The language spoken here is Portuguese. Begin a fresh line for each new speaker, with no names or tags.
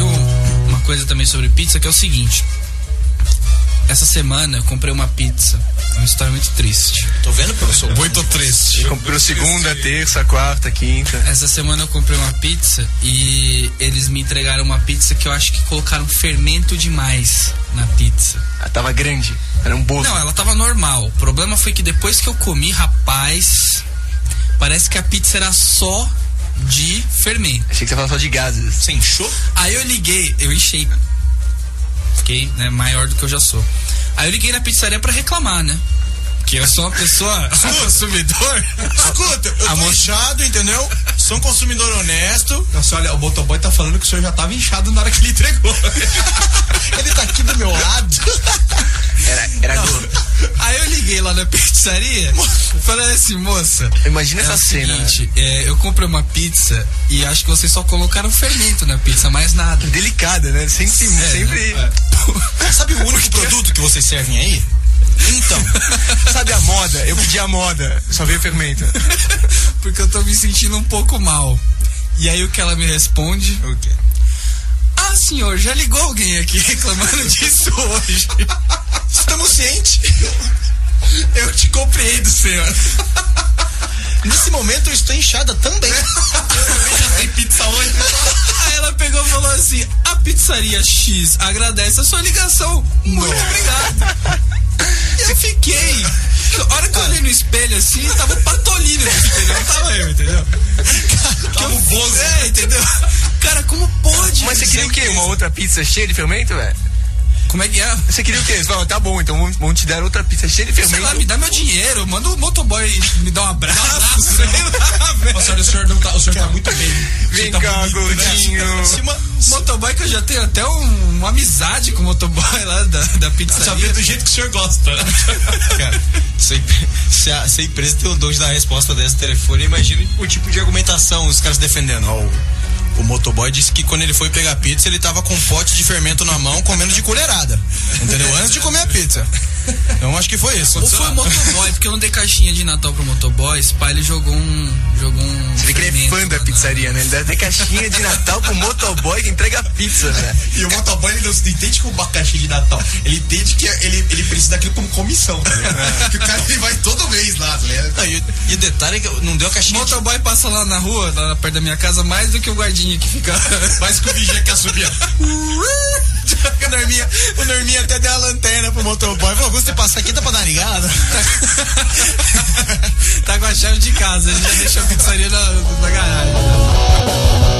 um, sobre pizza, que é o seguinte. Essa semana eu comprei uma pizza. É uma história muito triste.
Tô vendo, professor?
Muito triste.
Comprou segunda, terça, quarta, quinta.
Essa semana eu comprei uma pizza e eles me entregaram uma pizza que eu acho que colocaram fermento demais na pizza.
Ela Ah, tava grande. Era um bolo.
Não, ela tava normal. O problema foi que depois que eu comi, rapaz, parece que a pizza era só de fermento.
Achei que você falava só de gases.
Você inchou?
Aí eu liguei, eu enchei. Fiquei, né, maior do que eu já sou. Aí eu liguei na pizzaria pra reclamar, né? Que eu sou uma pessoa consumidor.
Escuta, eu
a
tô
moça-
inchado, entendeu? Sou um consumidor honesto. Nossa, olha, o motoboy tá falando que o senhor já tava inchado na hora que ele entregou. ele tá aqui do meu lado.
Era, era gordo.
Aí eu liguei lá na pizzaria, falei assim, moça,
Imagina
é
essa
o
cena. né?"
seguinte, é, eu comprei uma pizza e acho que vocês só colocaram fermento na pizza, mais nada.
Delicada, né? Sempre.
É,
sempre
né?
Sabe o único produto que vocês servem aí? Então,
Sabe a moda? Eu pedi a moda. Só veio fermento.
Porque eu tô me sentindo um pouco mal. E aí o que ela me responde?
O quê?
Ah, senhor, já ligou alguém aqui reclamando disso hoje?
Estamos cientes.
Eu te compreendo, senhor.
Nesse momento eu estou inchada também.
É,
Tem pizza hoje? Aí ela pegou e falou assim: a pizzaria X agradece a sua ligação. Muito obrigado. E eu fiquei. A hora que eu olhei no espelho assim, tava o patolino no espelho, não tava eu, entendeu? Tava o Bozo. É, entendeu? Cara, como pode?
Mas você queria o quê?
Gente,
Uma outra pizza cheia de fermento, velho?
Como é que é?
Você queria o quê? Você falou, tá bom, então vamos- vamos te dar outra pizza cheia de
Sei lá,
fermento.
me dá meu dinheiro, manda o motoboy me dar um abraço, sei lá,
o
velho.
senhor, o senhor, não tá, o senhor tá muito bem. O senhor
Vem
tá
cá,
bonito, né?
Ah, gordinho.
Se uma-
Motoboy que eu já tenho até um- uma amizade com o motoboy lá da, da
Saber
pizzaria.
do jeito que o senhor gosta. né? Cara, se a, empre- se a- se a empresa tem o dom de dar a resposta dessa telefone, imagina o tipo de argumentação os caras defendendo. Ó, o, o motoboy disse que quando ele foi pegar pizza, ele tava com um pote de fermento na mão, comendo de colherada. Entendeu? Antes de comer a pizza. Então acho que foi isso.
Ou foi o motoboy, porque eu não dei caixinha de Natal pro motoboy, esse pai ele jogou um. Jogou um.
Você vê que ele é
fermento
fã da
lá na-
pizzaria, né? Ele dá até caixinha de Natal pro motoboy que entrega pizza, né?
E o motoboy ele não se entende com o abacaxi de Natal. Ele entende que é- ele, ele precisa daquilo como comissão, tá ligado? Que o cara ele vai todo mês lá, tá ligado?
É. Não, e, e o detalhe é que não deu a caixinha de
Motoboy passa lá na rua, lá perto da minha casa, mais do que o guardinha que fica.
Mas que o vigia quer subir.
O Norminha, o Norminha até deu a lanterna pro motoboy. Falou, Augusto, você passa aqui, dá pra dar ligada?
tá com a chave de casa, ele já deixou a pizzaria na, na garagem.